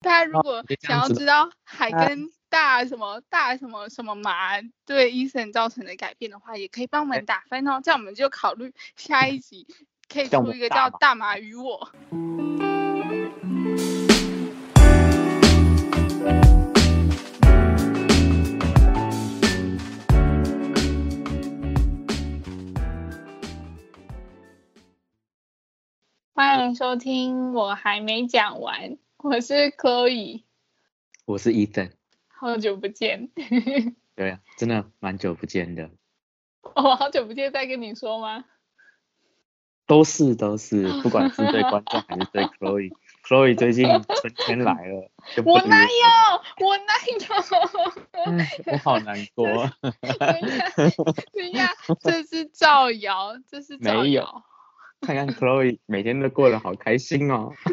家如果别哦这想样要子知道海哎跟大什么大什么什么麻对医生造成的改变的话，也可以帮我哎们打分哦。这样我们就考虑下一集可以像我出们一个大叫“麻大麻与我”。欢迎收听，我还没讲完，我是 Chloe，我是伊森，好久不见， 对啊，真的蛮久不见的，我好久不见再跟你说吗？都是都是，不管是对观众还 是对 Chloe，Chloe 最近春天来了，就不我约哪了有，我哪有？唉我好难过， 等一下，等一下，这是造谣，这是造没有谣。看看 Chloe 每天都过得好开心 哦，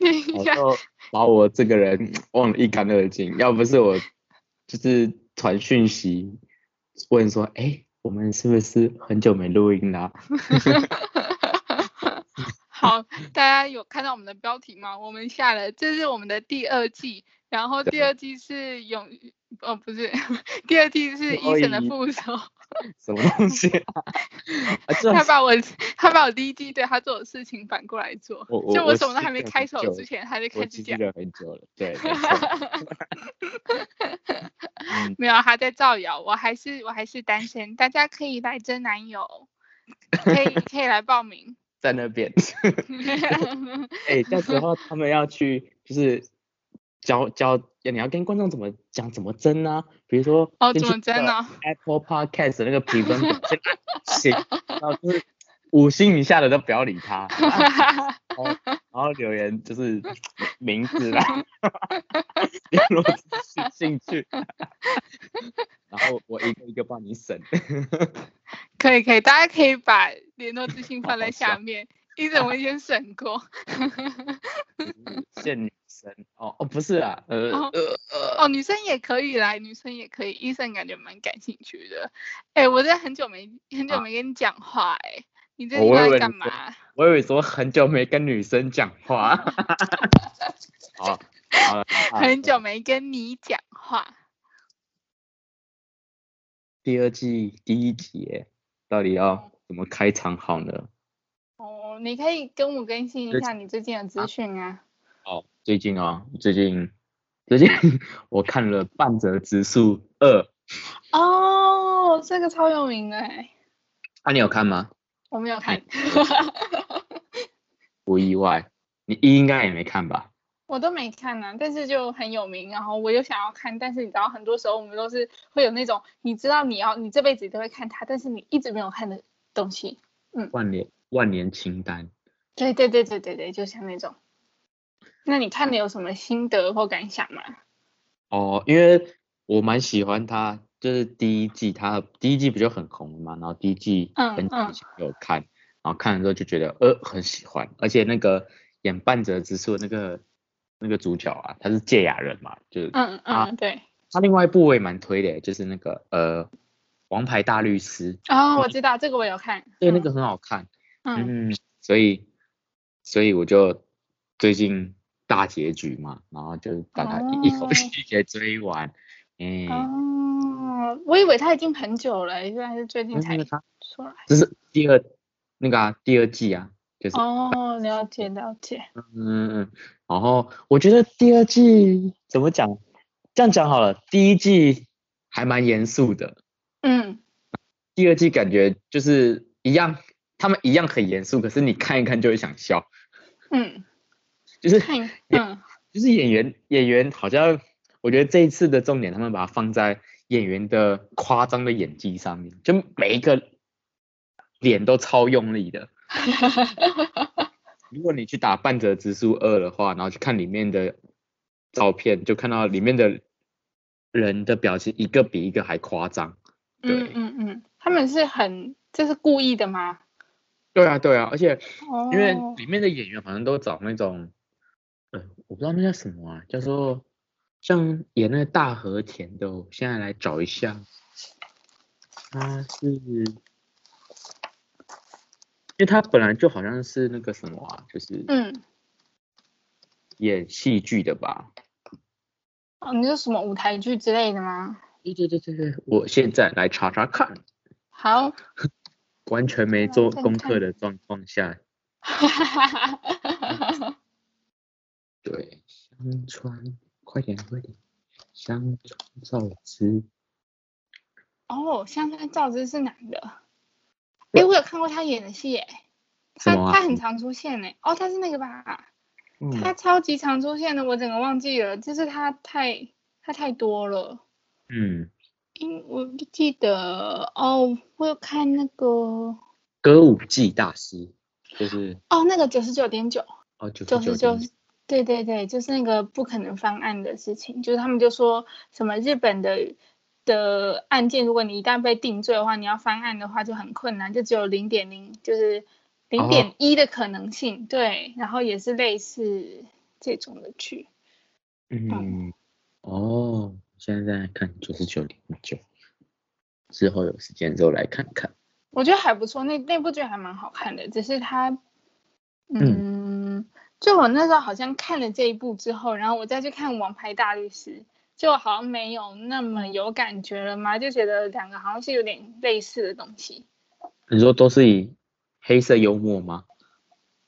等一我下，就把我这个人忘得一干二净，要不是我就是传讯息问说，哎、我们是不是很久没录音啊啦、好，大家有看到我们的标题吗？我们下了，这是我们的第二季，然后第对二季是永，哦不是， 第二季是医生的所以副手，什么东西啊？ 啊这他把我他把我第一季对他做的事情反过来做，我我就我什么都记还没得开很手久之前，他就我开始积积讲，了很久了，对， 没错嗯，没有啊他在造谣，我还是我还是单身，大家可以来争男友，可以可以来报名。 在那边，哎、到时候他们要去就是教教，你要跟观众怎么讲怎么争啊，比如说哦，进怎去么争那个呢？ Apple Podcast 的那个评分表现 行，然后就是五星以下的都不要理 他，然后然后留言就是名字啦， 联络资讯进去， 然后我一个一个帮你审。 可以可以，大家可以把联络资讯放在好下笑面。医生我已经审过，现女生哦哦不是啊，呃哦呃呃，哦，女生也可以来，女生也可以。医生感觉蛮感兴趣的。哎，我真的很久没很久啊没跟你讲话哎，你最哦近我都以在为干你说嘛？我以为说很久没跟女生讲话， 好，好了，好了很久没跟你讲话。第二季第一集耶，到底要怎么开场好呢？哦，你可以跟我更新一最下你最近的资啊讯啊。哦，最近啊、最近最近 我看了《半泽直树二》，哦，这个超有名的哎，啊，你有看吗？我没有嗯看， 不意外，你一应该也没看吧？我都没看呢、但是就很有名，然后我又想要看，但是你知道，很多时候我们都是会有那种你知道你要你这辈子都会看它，但是你一直没有看的东西。万年万年清单，对对对对对对，就像那种。那你看了有什么心得或感想吗？哦，因为我蛮喜欢他，就是第一季他第一季不就很红嘛，然后第一季嗯很久嗯以前有看，然后看了之后就觉得呃很喜欢，而且那个演半泽直树的那个那个主角啊，他是芥雅人嘛，就是嗯嗯，啊对。他另外一部我也蛮推的，就是那个呃《王牌大律师》，哦，我知道这个我有看。嗯对，那个很好看，嗯，嗯嗯，所以所以我就最近大结局嘛，然后就把它一一口 哦气给追完，嗯。哦，我以为它已经很久了，原来是最近但是才那个他出来。这是第二那个啊，第二季啊，就是哦，了解了解。嗯嗯嗯，然后我觉得第二季怎么讲？这样讲好了，第一季还蛮严肃的，嗯，第二季感觉就是一样，他们一样很严肃，可是你看一看就会想笑，嗯，就是看， 嗯，就是演员演员好像，我觉得这一次的重点，他们把它放在演员的夸张的演技上面，就每一个脸都超用力的。如果你去打《半泽直树二》的话，然后去看里面的照片，就看到里面的人的表情一个比一个还夸张。嗯对嗯嗯，他们是很，这是故意的吗？对啊，对啊，而且哦，因为里面的演员好像都找那种，呃，我不知道那叫什么啊，叫做像演那个大和田的，我现在来找一下，他是，因嗯为他本来就好像是那个什么啊，就是嗯演戏剧的吧？哦，你是什么舞台剧之类的吗？对对对对对，我现在来查查看，好， 完全没我做再功看课的状况下，哈哈哈哈对，香川，快点快点，香川照之，哦，香川照之是男的。哎，我有看过他演的戏，哎，他什么啊他很常出现哎。哦，他是那个吧？嗯，他超级常出现的，我整个忘记了，就是他太他太多了。嗯，因我不记得哦，我有看那个哦，歌舞伎大师，就是那个九十九点九，哦九九十十九九，对对对，就是那个不可能方案的事情，就是他们就说什么日本的的案件，如果你一旦被定罪的话，你要翻案的话就很困难，就只有零点零，就是零点一的可能性，对，然后也是类似这种的剧，嗯，哦，现在在看九十九点九，之后有时间之后来看看，我觉得还不错，那那部剧还蛮好看的，只是它，嗯，就我那时候好像看了这一部之后，然后我再去看《王牌大律师》，就好像没有那么有感觉了嘛，就觉得两个好像是有点类似的东西。你说都是以黑色幽默吗？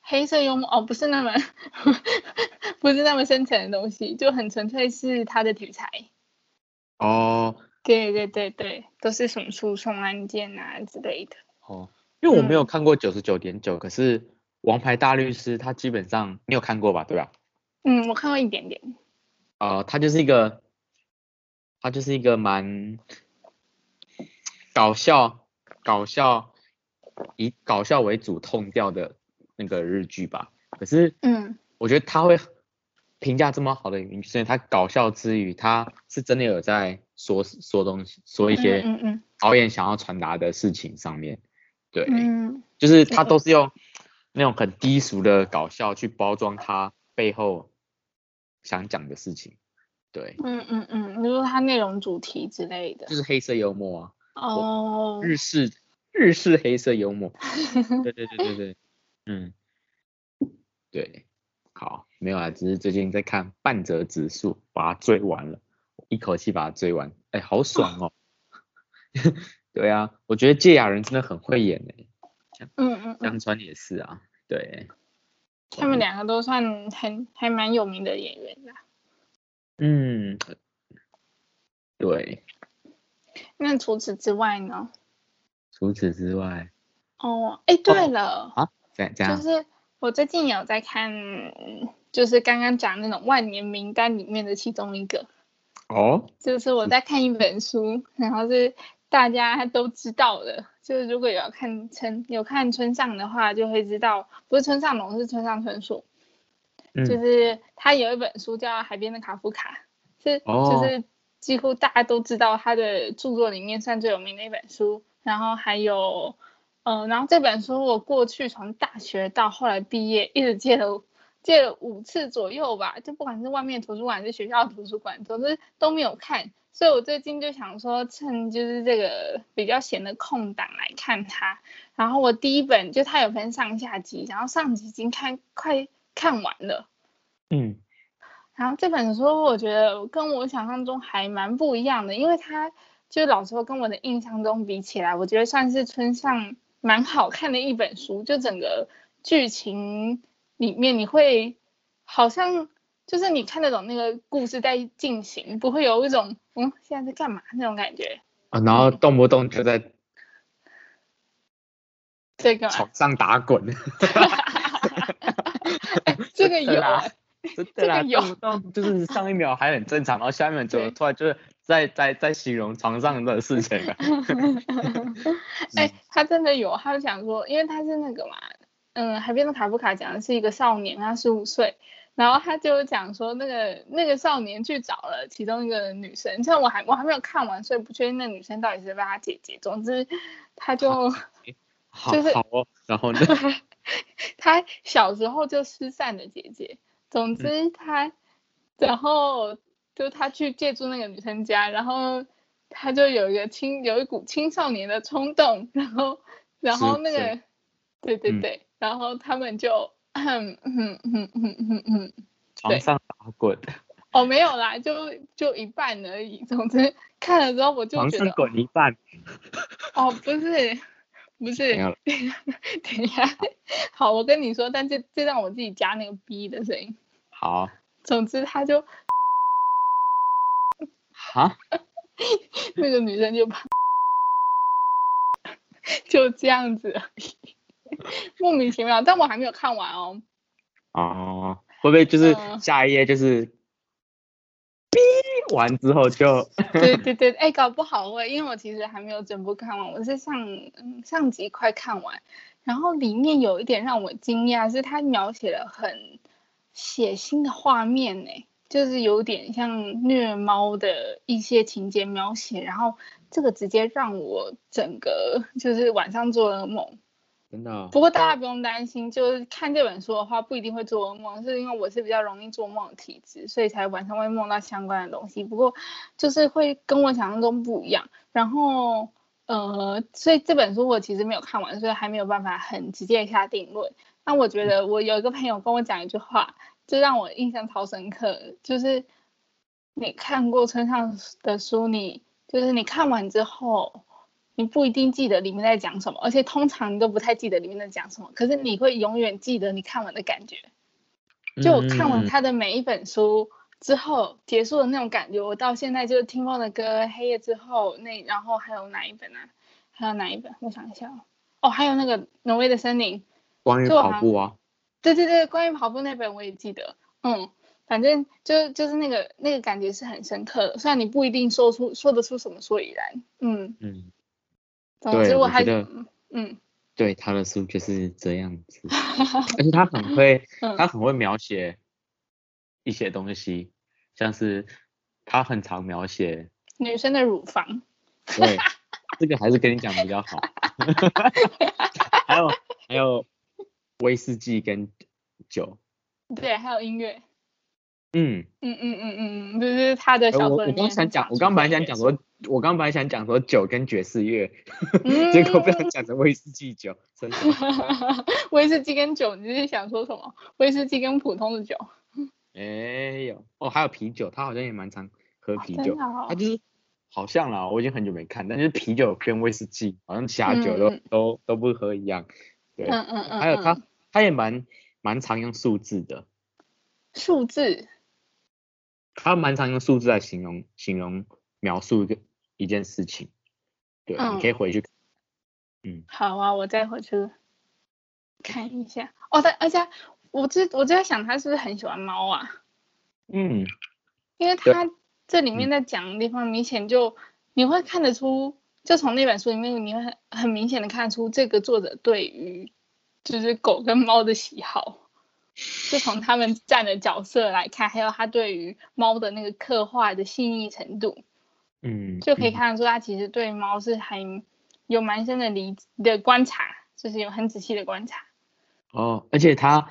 黑色幽默哦，不是那么 不是那么深层的东西，就很纯粹是他的题材。哦对对对对，都是什么诉讼案件啊之类的。哦，因为我没有看过九十九点九，可是《王牌大律师》他基本上你有看过吧？对吧？嗯，我看过一点点。呃，他就是一个，他就是一个蛮搞笑、搞笑以搞笑为主痛调的那个日剧吧。可是嗯我觉得他会评价这么好的原因，是因为他搞笑之余，他是真的有在说说东西，说一些嗯嗯导演想要传达的事情上面。对，嗯嗯，就是他都是用那种很低俗的搞笑去包装他背后想讲的事情。对，嗯嗯嗯，你说它内容主题之类的就是黑色幽默啊，哦，日式日式黑色幽 默。对对对对对，嗯，对，好，没有啊，只是最近在看《半泽直树》，把它追完了，一口气把它追完，哎，好爽哦。 对啊，我觉得芥雅人真的很会演哎、嗯嗯嗯，江川也是啊，对，他们两个都算很还蛮有名的演员啦。嗯，对，那除此之外呢？除此之外，哦，哎，对了，怎怎就样？是我最近有在看，就是刚刚讲那种万年名单里面的其中一个，哦，就是我在看一本书，然后是大家都知道的，就是如果有看村有看村上的话，就会知道，不是村上龙，是村上春树。就嗯，是他有一本书叫《海边的卡夫卡》，是、哦就是几乎大家都知道他的著作里面算最有名的一本书。然后还有，呃，然后这本书我过去从大学到后来毕业一直借了借了五次左右吧，就不管是外面图书馆还是学校的图书馆，总之都没有看。所以我最近就想说，趁就是这个比较闲的空档来看它。然后我第一本就它有分上下集，然后上集已经看快看完了。嗯，然后这本书我觉得跟我想象中还蛮不一样的，因为它就老实说跟我的印象中比起来，我觉得算是村上蛮好看的一本书。就整个剧情里面，你会好像就是你看得懂那个故事在进行，不会有一种嗯现在在干嘛那种感觉。啊，然后动不动就在这个嘛、床上打滚，哎这个有、啦 哎真这的啦，个有动不动就是上一秒还很正常，然后下一秒就对突然就是在在在形容床上的事 情了。哎、他真的有，他就想说，因为他是那个嘛，嗯，海边的卡夫卡讲的是一个少年，他十五岁，然后他就讲说，那个那个少年去找了其中一个女生，像我还我还没有看完，所以不确定那女生到底是不是他姐姐。总之，他就好就是好哦，然后呢？他小时候就失散的姐姐。嗯总之他，然后就他去借住那个女生家，然后他就有一个青有一股青少年的冲动，然后然后是那个是，对对嗯对，然后他们就。嗯嗯嗯嗯嗯嗯，床上打滚，哦，没有啦，就就一半而已。总之看了之后我就床觉上得，滚一半，哦，不是，不是没，有了 等一下， 好，我跟你说，但这这让我自己加那个 B 的声音。好总之，他就哈， 那个女生就把就这样子而已，莫名其妙。但我还没有看完哦。哦，会不会就是嗯下一页就是，哔完之后就对对对，哎、搞不好会，因为我其实还没有整部看完，我是上嗯上集快看完，然后里面有一点让我惊讶，是它描写了很血腥的画面呢、就是有点像虐猫的一些情节描写，然后这个直接让我整个就是晚上做噩梦。真的哦不过大家不用担心，就是看这本书的话不一定会做噩梦，是因为我是比较容易做梦的体质，所以才晚上会梦到相关的东西。不过就是会跟我想象中不一样。然后呃，所以这本书我其实没有看完，所以还没有办法很直接地下定论。那我觉得我有一个朋友跟我讲一句话，就让我印象超深刻的，就是你看过村上的书，你就是你看完之后，你不一定记得里面在讲什么，而且通常你都不太记得里面在讲什么，可是你会永远记得你看完的感觉。就我看完嗯他的每一本书之后结束的那种感觉，我到现在就是听梦的歌、黑夜之后那，然后还有哪一本啊？还有哪一本？我想一下哦，哦，还有那个挪威的森林，关于就好跑步啊，对对对，关于跑步那本我也记得，嗯，反正就就是那个那个感觉是很深刻的，虽然你不一定说出说得出什么所以然，嗯，嗯，总对之我还觉得嗯对，他的书就是这样 子，而且他很会，嗯他很会描写一些东西，像是他很常描写，女生的乳房，对，这个还是跟你讲比较 好。还有还有威士忌跟酒，对，还有音乐，嗯，嗯嗯嗯嗯嗯，就是他的哎小我说我里面刚想很讲，常我出刚本来现的想讲元说素，我刚本来想讲说酒跟爵士乐， 结果被嗯他讲成威士忌酒，真 的， 威士忌跟酒，你是想说什么？威士忌跟普通的酒，哎呦，哦，还有啤酒，他好像也蛮常喝啤酒真的，哦他啊就是好像啦，我已经很久没看，但是啤酒跟威士忌好像其他酒都、嗯都都不喝一样。对，嗯嗯嗯，还有他嗯他也蛮蛮常用数字的，数字，他蛮常用数字来形容形容描述一个一件事情。对，你可以嗯回去看好啊，我再回去看一下。哦，但而且我这我就在想，他是不是很喜欢猫啊？嗯，因为对嗯他这里面在讲的地方，明显就你会看得出，就从那本书里面，你会很很明显的看出这个作者对于就是狗跟猫的喜好，就从他们站的角色来看，还有他对于猫的那个刻画的细腻程度，嗯，就可以嗯看得出他其实对猫是很有蛮深的理的观察，就是有很仔细的观察。哦，而且他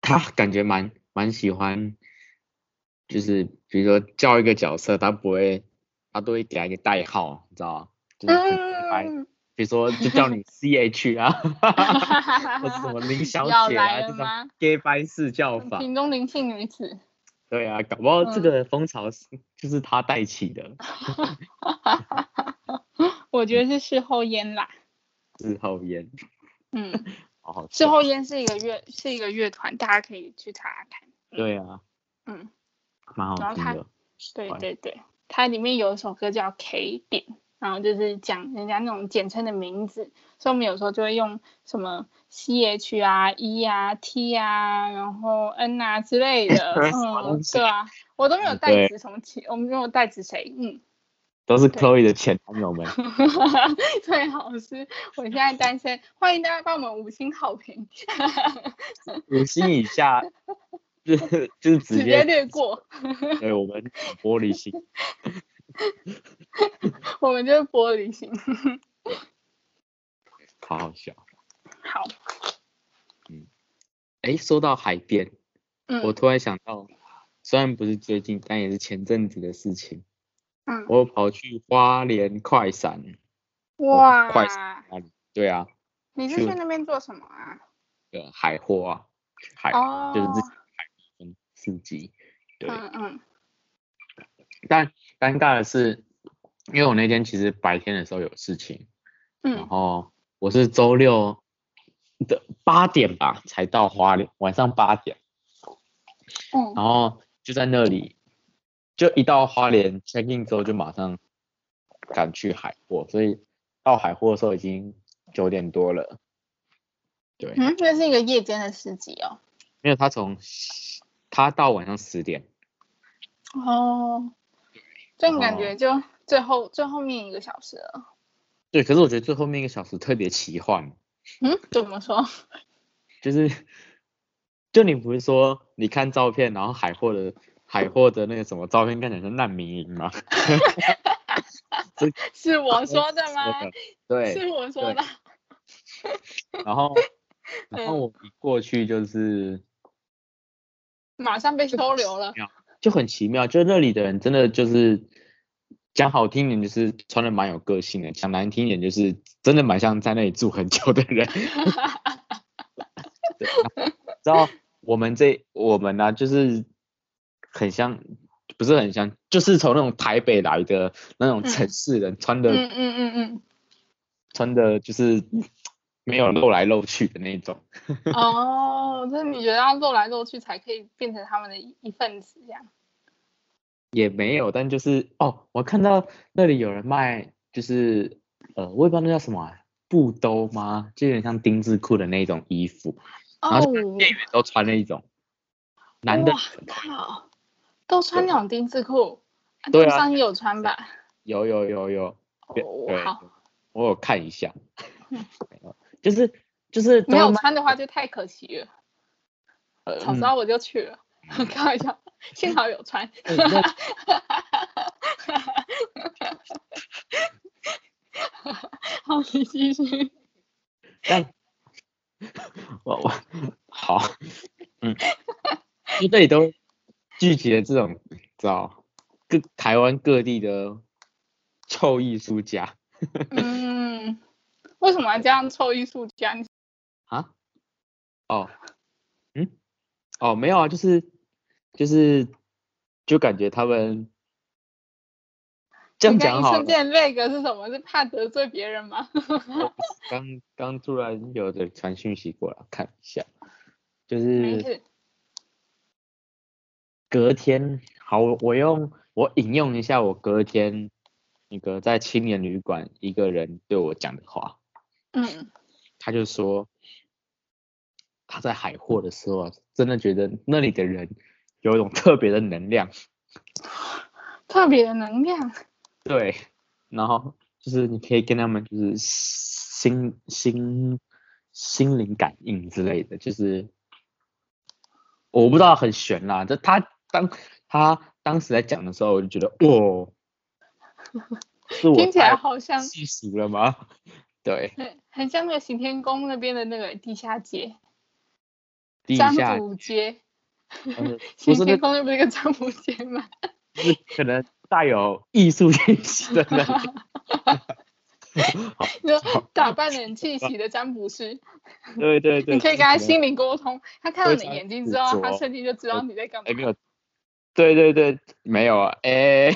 他感觉蛮蛮喜欢，就是比如说叫一个角色，他不会，他都会给他一个代号，你知道吗？就是很直白， 嗯，比如说就叫你 C H 啊，或者什么林 小要姐来啊，了这种吗 gay 拜式叫法，屏东灵性女子。对啊，搞不好这嗯个风潮是就是他带起的，我觉得是事后烟啦，事后烟， 嗯，好好事笑后烟是一个乐是一个乐团，大家可以去查查看。对啊，嗯，蛮然好后听他的，对好对对，它里面有一首歌叫 K 点，然后就是讲人家那种简称的名字，所以我们有时候就会用什么 C H 啊、E 啊、T 啊，然后 N 啊之类 的，么嗯东，西对啊，我都没有嗯代对指什么其，我们没有代指谁，嗯， 都是对 Chloe 的前男 友们。最好是我现在单身，欢迎大家帮我们五星好评，五星以下，就是就是直直接接略过。对我们玻璃心。 我们就是玻璃心。好好笑。好，哎，说到海边，嗯，我突然想到，虽然不是最近，但也是前阵子的事情，嗯，我跑去花莲快闪。哇，快对啊，你是去那边做什么啊？呃，海货啊，海、哦，就是自己刺激。对，嗯嗯但尴尬的是，因为我那天其实白天的时候有事情，然嗯，后我是周六的八点吧才到花莲，晚上八点，嗯然后就在那里，就一到花莲 check in 之后就马上赶去海货，所以到海货的时候已经九点多了。对，嗯，这是一个夜间的市集哦。因为他从他到晚上十点，哦，这种感然后觉就最后最后面一个小时了。对，可是我觉得最后面一个小时特别奇幻，嗯，怎么说？ 就是就你不是说你看照片，然后海货的海货的那个什么照片看起来像难民营吗？是我说的 吗？啊对，是我说的。然后然后嗯我一过去就是马上被收留 了。就很奇妙，就那里的人真的就是讲好听点就是穿的蛮有个性的，讲难听点就是真的蛮像在那里住很久的人。对，然后我们这我们呢、啊就是很像，不是很像，就是从那种台北来的那种城市人，穿的、嗯嗯嗯穿的就是没有露来露去的那种。嗯。哦，就是你觉得要露来露去才可以变成他们的一一份子这样。也没有，但就是哦，我看到那里有人卖，就是呃，我也不知道那叫什么啊、布兜吗？就有点像丁字裤的那种衣服，然哦后，店员都穿那一种，男的哇靠，都穿那种丁字裤，啊对啊路上也有穿吧？有有有有，对哦，好，嗯我有看一下， 就是就是没都有卖穿的话就太可惜了。呃早知嗯道我就去了，开玩笑，幸好有穿。对那好，你继 续。但 我我好，嗯，就这里都聚集了这种，你知道各台湾各地的臭艺术家嗯，为什么要这样凑艺术家？你啊，哦，嗯，哦，没有啊，就是就是就感觉他们这样你刚讲一好瞬了，间那个是什么？是怕得罪别人吗？ 我刚刚突然有的传讯息过来，看一下，就没是。事。隔天，好，我我用我引用一下我隔天那个在青年旅馆一个人对我讲的话，嗯，他就说他在海货的时候啊，真的觉得那里的人有一种特别的能量，特别的能量。对，然后就是你可以跟他们就是心心心灵感应之类的，就是我不知道很悬啦，这他当他当时在讲的时候，我就觉得哇，是我听起来太好像细数了吗？对，很很像那个行天宫那边的那个地下街，地张下府街。呃不行是那天宫那不是一个张府街吗？是 可能带有艺术气息的那种就打扮得很气息的占卜师，对对 对， 你可以跟就他可能心灵沟通，他看到非你的常眼睛执之后，他着瞬间就知道你在干嘛哎、。没有，对对对，没有啊，哎、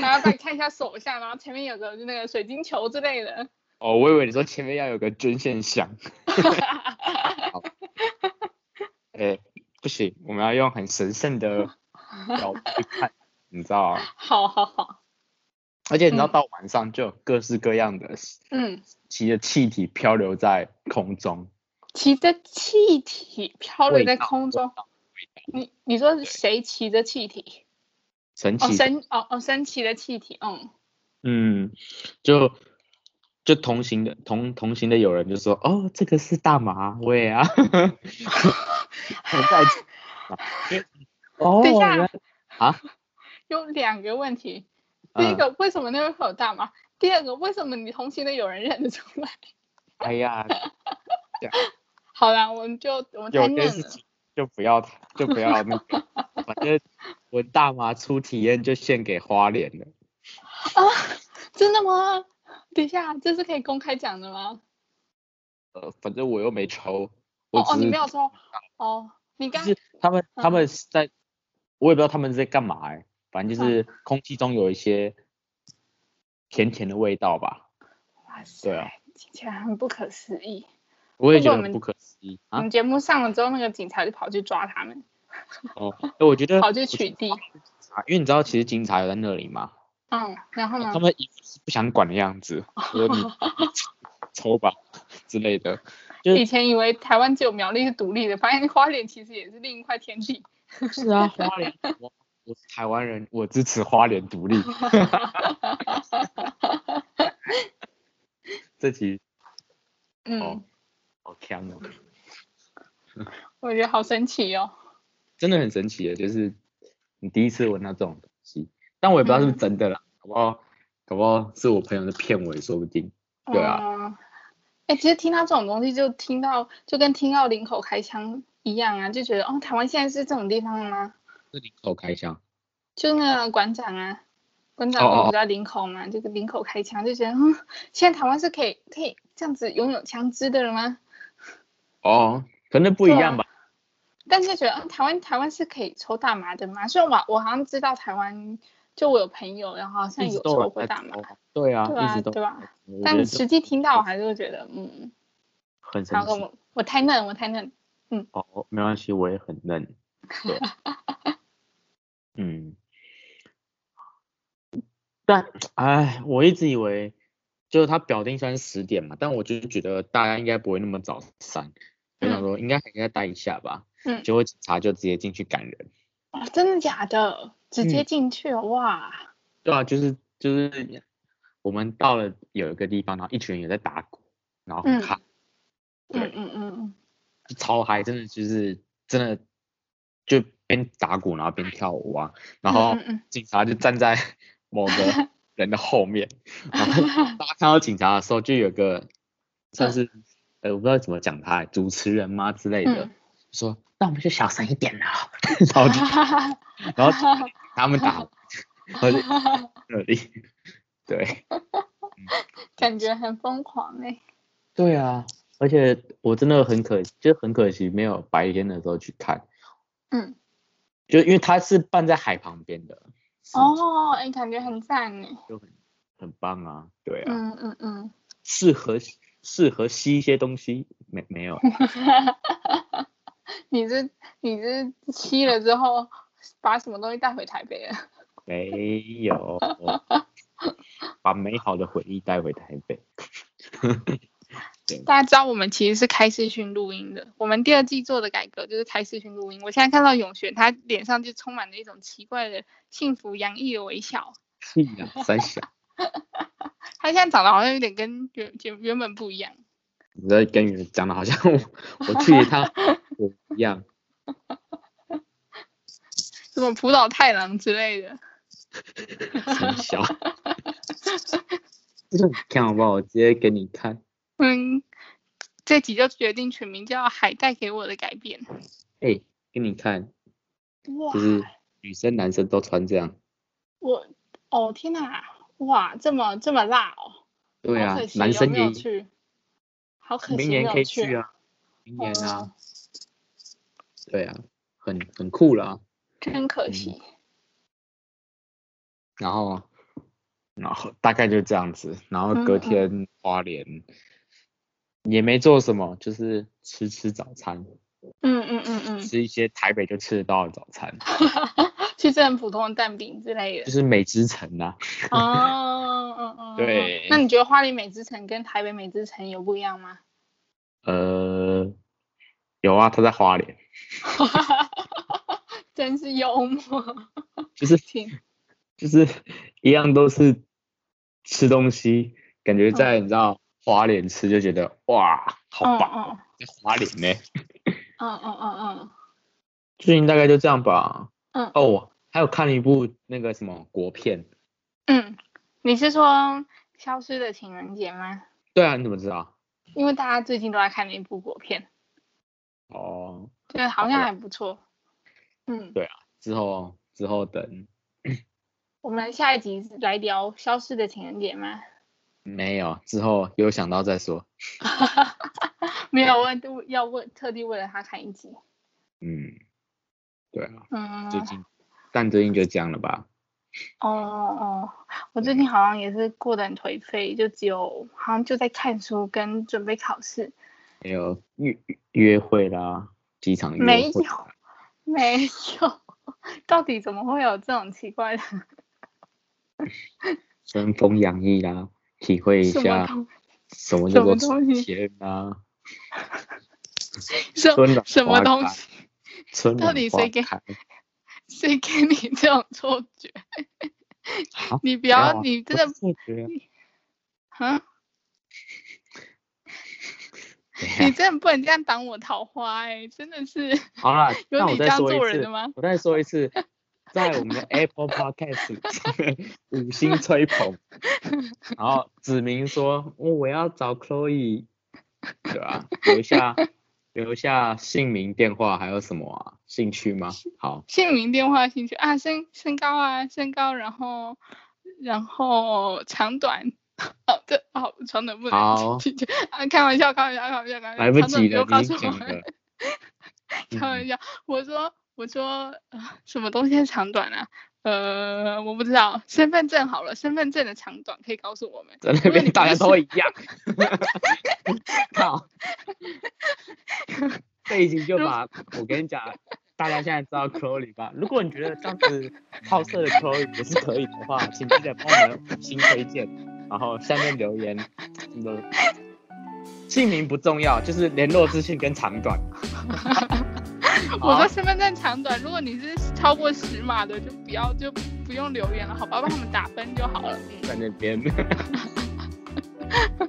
然后帮你看一下手相，然后前面有个那个水晶球之类的。哦，我以为你说前面要有个捐献 箱，哎、不行，我们要用很神圣 的角度去看，你知道吗？啊好好好，而且你知道嗯到晚上就有各式各样的嗯，其的气体漂流在空中，骑着气体漂流味在道空味中道。你你说是谁骑着气体？神哦，奇的，神哦哦，神奇的气体，嗯，嗯，就就同行的同同行的有人就说，哦，这个是大麻味 啊，很在啊哦，等一下原来啊，有两个问题。第一嗯个，为什么那个口大麻？第二个，为什么你同行的有人认得出来？ 哎呀，好啦，我们就我们有太些嫩事了。情就不要谈，就不要那个， 反正我大麻初体验就献给花莲了。真的吗？等一下，这是可以公开讲的吗？呃，反正我又没抽，我哦哦，只你是没有说哦，你刚就是他们他嗯们是在我也不知道他们在干嘛哎、反正就是空气中有一些甜甜的味道吧。哇塞，对啊，听起来很不可思议。我也觉会不会我们嗯得很不可思议我啊！们节目上了之后，那个警察就跑去抓他们，哦，哎我觉得跑去取缔。啊，因为你知道其实警察有在那里嘛，嗯，然后呢他？们一副是不想管的样 子，我说你抽吧之类的。就是以前以为台湾只有苗栗是独立的，发现花莲其实也是另一块天地。是啊，花 莲，我我是台湾人，我支持花莲独 立。这集嗯，哦好强哦，我觉得好神奇哦。 真的很神奇的，就是你第一次闻到这种东西，但我也不知道是不是真的啦，搞不好搞不好是我朋友的骗我也说不定。对啊啊。哎、其实听到这种东西，就听到就跟听到林口开枪一样啊，就觉得哦，台湾现在是这种地方了吗？是林口开枪，就那个馆长啊，馆哦长哦我们在林口嘛，这个林口开枪，就觉得嗯，现在台湾是可以可以这样子拥有枪支的了吗？哦，可能不一对啊样吧。但是觉得嗯，台湾台湾是可以抽大麻的吗？虽然我我好像知道台湾，就我有朋友，然后好啊像一直有都抽有过在大麻抽，对啊，对一啊直都对吧？我觉得但这实际听到我还是会觉得嗯，很神然后奇我我太嫩，我太嫩，哦，没关系，我也很嫩。 对，嗯，但哎，我一直以为就是他表定算十点嘛，但我就觉得大家应该不会那么早散，就想嗯说应该还应该待一下吧。嗯结果警察就直接进去赶人。哦，真的假的？直嗯接进去哦、哇！对啊，就是就是我们到了有一个地方，然后一群人也在打鼓，然后很嗯嗨，嗯对嗯嗯就超嗨，真的就是真的就边打鼓然后边跳舞啊，然后嗯嗯警察就站在 某个人的后面，然后大家看到警察的时候，就有个算是呃我不知道怎么讲他，主持人吗之类的，嗯说那我们就小声一点 啦，然后就嗯， 然后他们打，然后就那里， 对。感觉很疯狂哎、对啊，而且我真的很可，就很可惜没有白天的时候去看，嗯，就因为它是办在海旁边的，是，哦，哎、感觉很赞哎、就很很棒啊，对啊，嗯嗯嗯，适合适合吸一些东西，没没 有 你这你这吸了之后，把什么东西带回台北了？ 没 有，把美好的回忆带回台北，大家知道我们其实是开视讯录音的，我们第二季做的改革就是开视讯录音。我现在看到永璇，他脸上就充满了一种奇怪的幸福洋溢的微笑。屁呀、三小，他现在长得好像有点跟原原原本不一样。你在跟你讲的好像我我去一趟我一样，什么浦岛太郎之类的。三 小，这个你看好不好？我直接给你看。嗯，这集就决定取名叫《海带给我的改变》。哎、给你看，哇就是女生男生都穿这样。我哦天哪，哇，这么这么辣哦！对好啊可，惜男哦生没也有去，好可惜没明年有可以去去。啊，明年哦啊，对啊，很很酷啦。真可嗯惜。然后，然后大概就这样子。然后嗯隔嗯天花莲、也没做什么，就是吃吃早餐，嗯嗯嗯嗯，吃一些台北就吃得到的早餐，去吃很普通的蛋饼之类就的。是美之城啊。哦，嗯嗯。对那你觉得花莲美之城跟台北美之城有不一样吗？ 呃，有啊，他在花莲，真是幽默。就是挺就是 一样都是吃东西，感觉在你知道花莲吃就觉得哇好棒，嗯嗯在花莲呢、嗯嗯嗯嗯最近大概就这样吧。嗯哦，我还有看了一部那个什么国片，嗯，你是说《消失的情人节》吗？对啊，你怎么知道？因为大家最近都在看那部国片，哦，对，好像好还不错。嗯，之后之后等我们下一集来聊《消失的情人节》吗？没有，之后有想到再说。 没有，我都要为特地为了他看一集。嗯，对啊，嗯，最近但最近就这样了吧？哦哦，我最近好像也是过得很颓废，就只有好像就在看书跟准备考试， 还有约约会啦，机场约会。没有没有，到底怎么会有这种奇怪的春风洋溢啦，体会一什么下东什么叫做什么东春西天啊，什春暖什么花东开西？春到暖底花谁给开谁给你这种错觉？ 啊你不没有要，啊你不真的是错觉啊嗯，等一 下你真的不能这样挡我桃花哎、真的是啊好 啦，有那你我这再样说一做人次的吗我再说一次，在我们的 Apple Podcast 五星吹捧，然后指明说、哦我要找 Chloe，对吧、留下留下姓名、电话，还有什么啊？兴趣吗？好，姓名、电话、兴趣啊，身身高啊，身高，然后然后长短。哦，这哦，长短不好能记记啊！开玩笑，开玩笑，开玩笑，开玩笑。来不长短及了，用告你嗯诉我讲们了。开玩笑，我说我说、呃、什么东西是长短啊？呃，我不知道，身份证好了，身份证的长短可以告诉我们。在那如果你边不大家是都一 样。 靠！这一集就把我跟你讲，大家现在知道 Chloe 吧？如果你觉得这样子好色的 Chloe 也是可以的话，请记得帮我们新推荐，然后下面留言什么姓名不重要，就是联络资讯跟长短。我说身份证长短，如果你是超过十码的，就不要就不用留言了，好吧？帮他们打分就好了。嗯，在那边， 嗯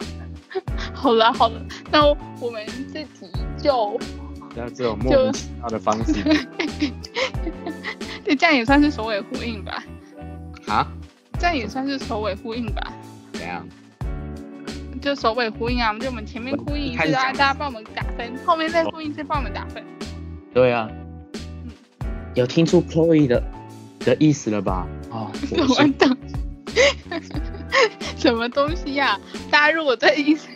好了好了，那我们这集就然后这种莫名其妙的方式这样也算是首尾呼应吧，啊，这样也算是首尾呼应吧，怎样？就首尾呼应啊，就我们前面呼应一次啊，大家帮我们打分，后面再呼应一次帮我们打分。对啊，有听出 Chloe 的的意思了吧？哦，什 我么是东？ 什么东西呀、大家如果对医生，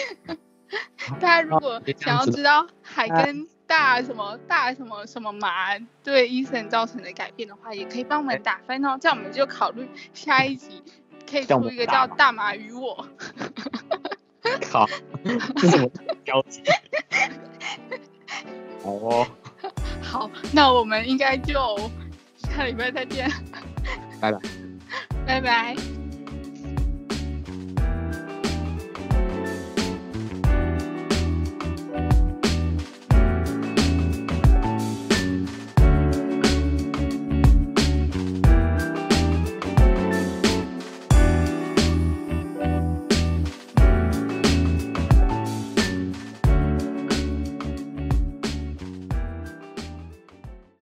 大家如果想要知道海跟大什么大什么什么麻对医生造成的改变的话，也可以帮我们打分哦。这样我们就考虑下一集可以出一个叫“大麻与我靠， 这什么标题？哦，”。好，那我们应该就下礼拜再见，拜拜。拜拜。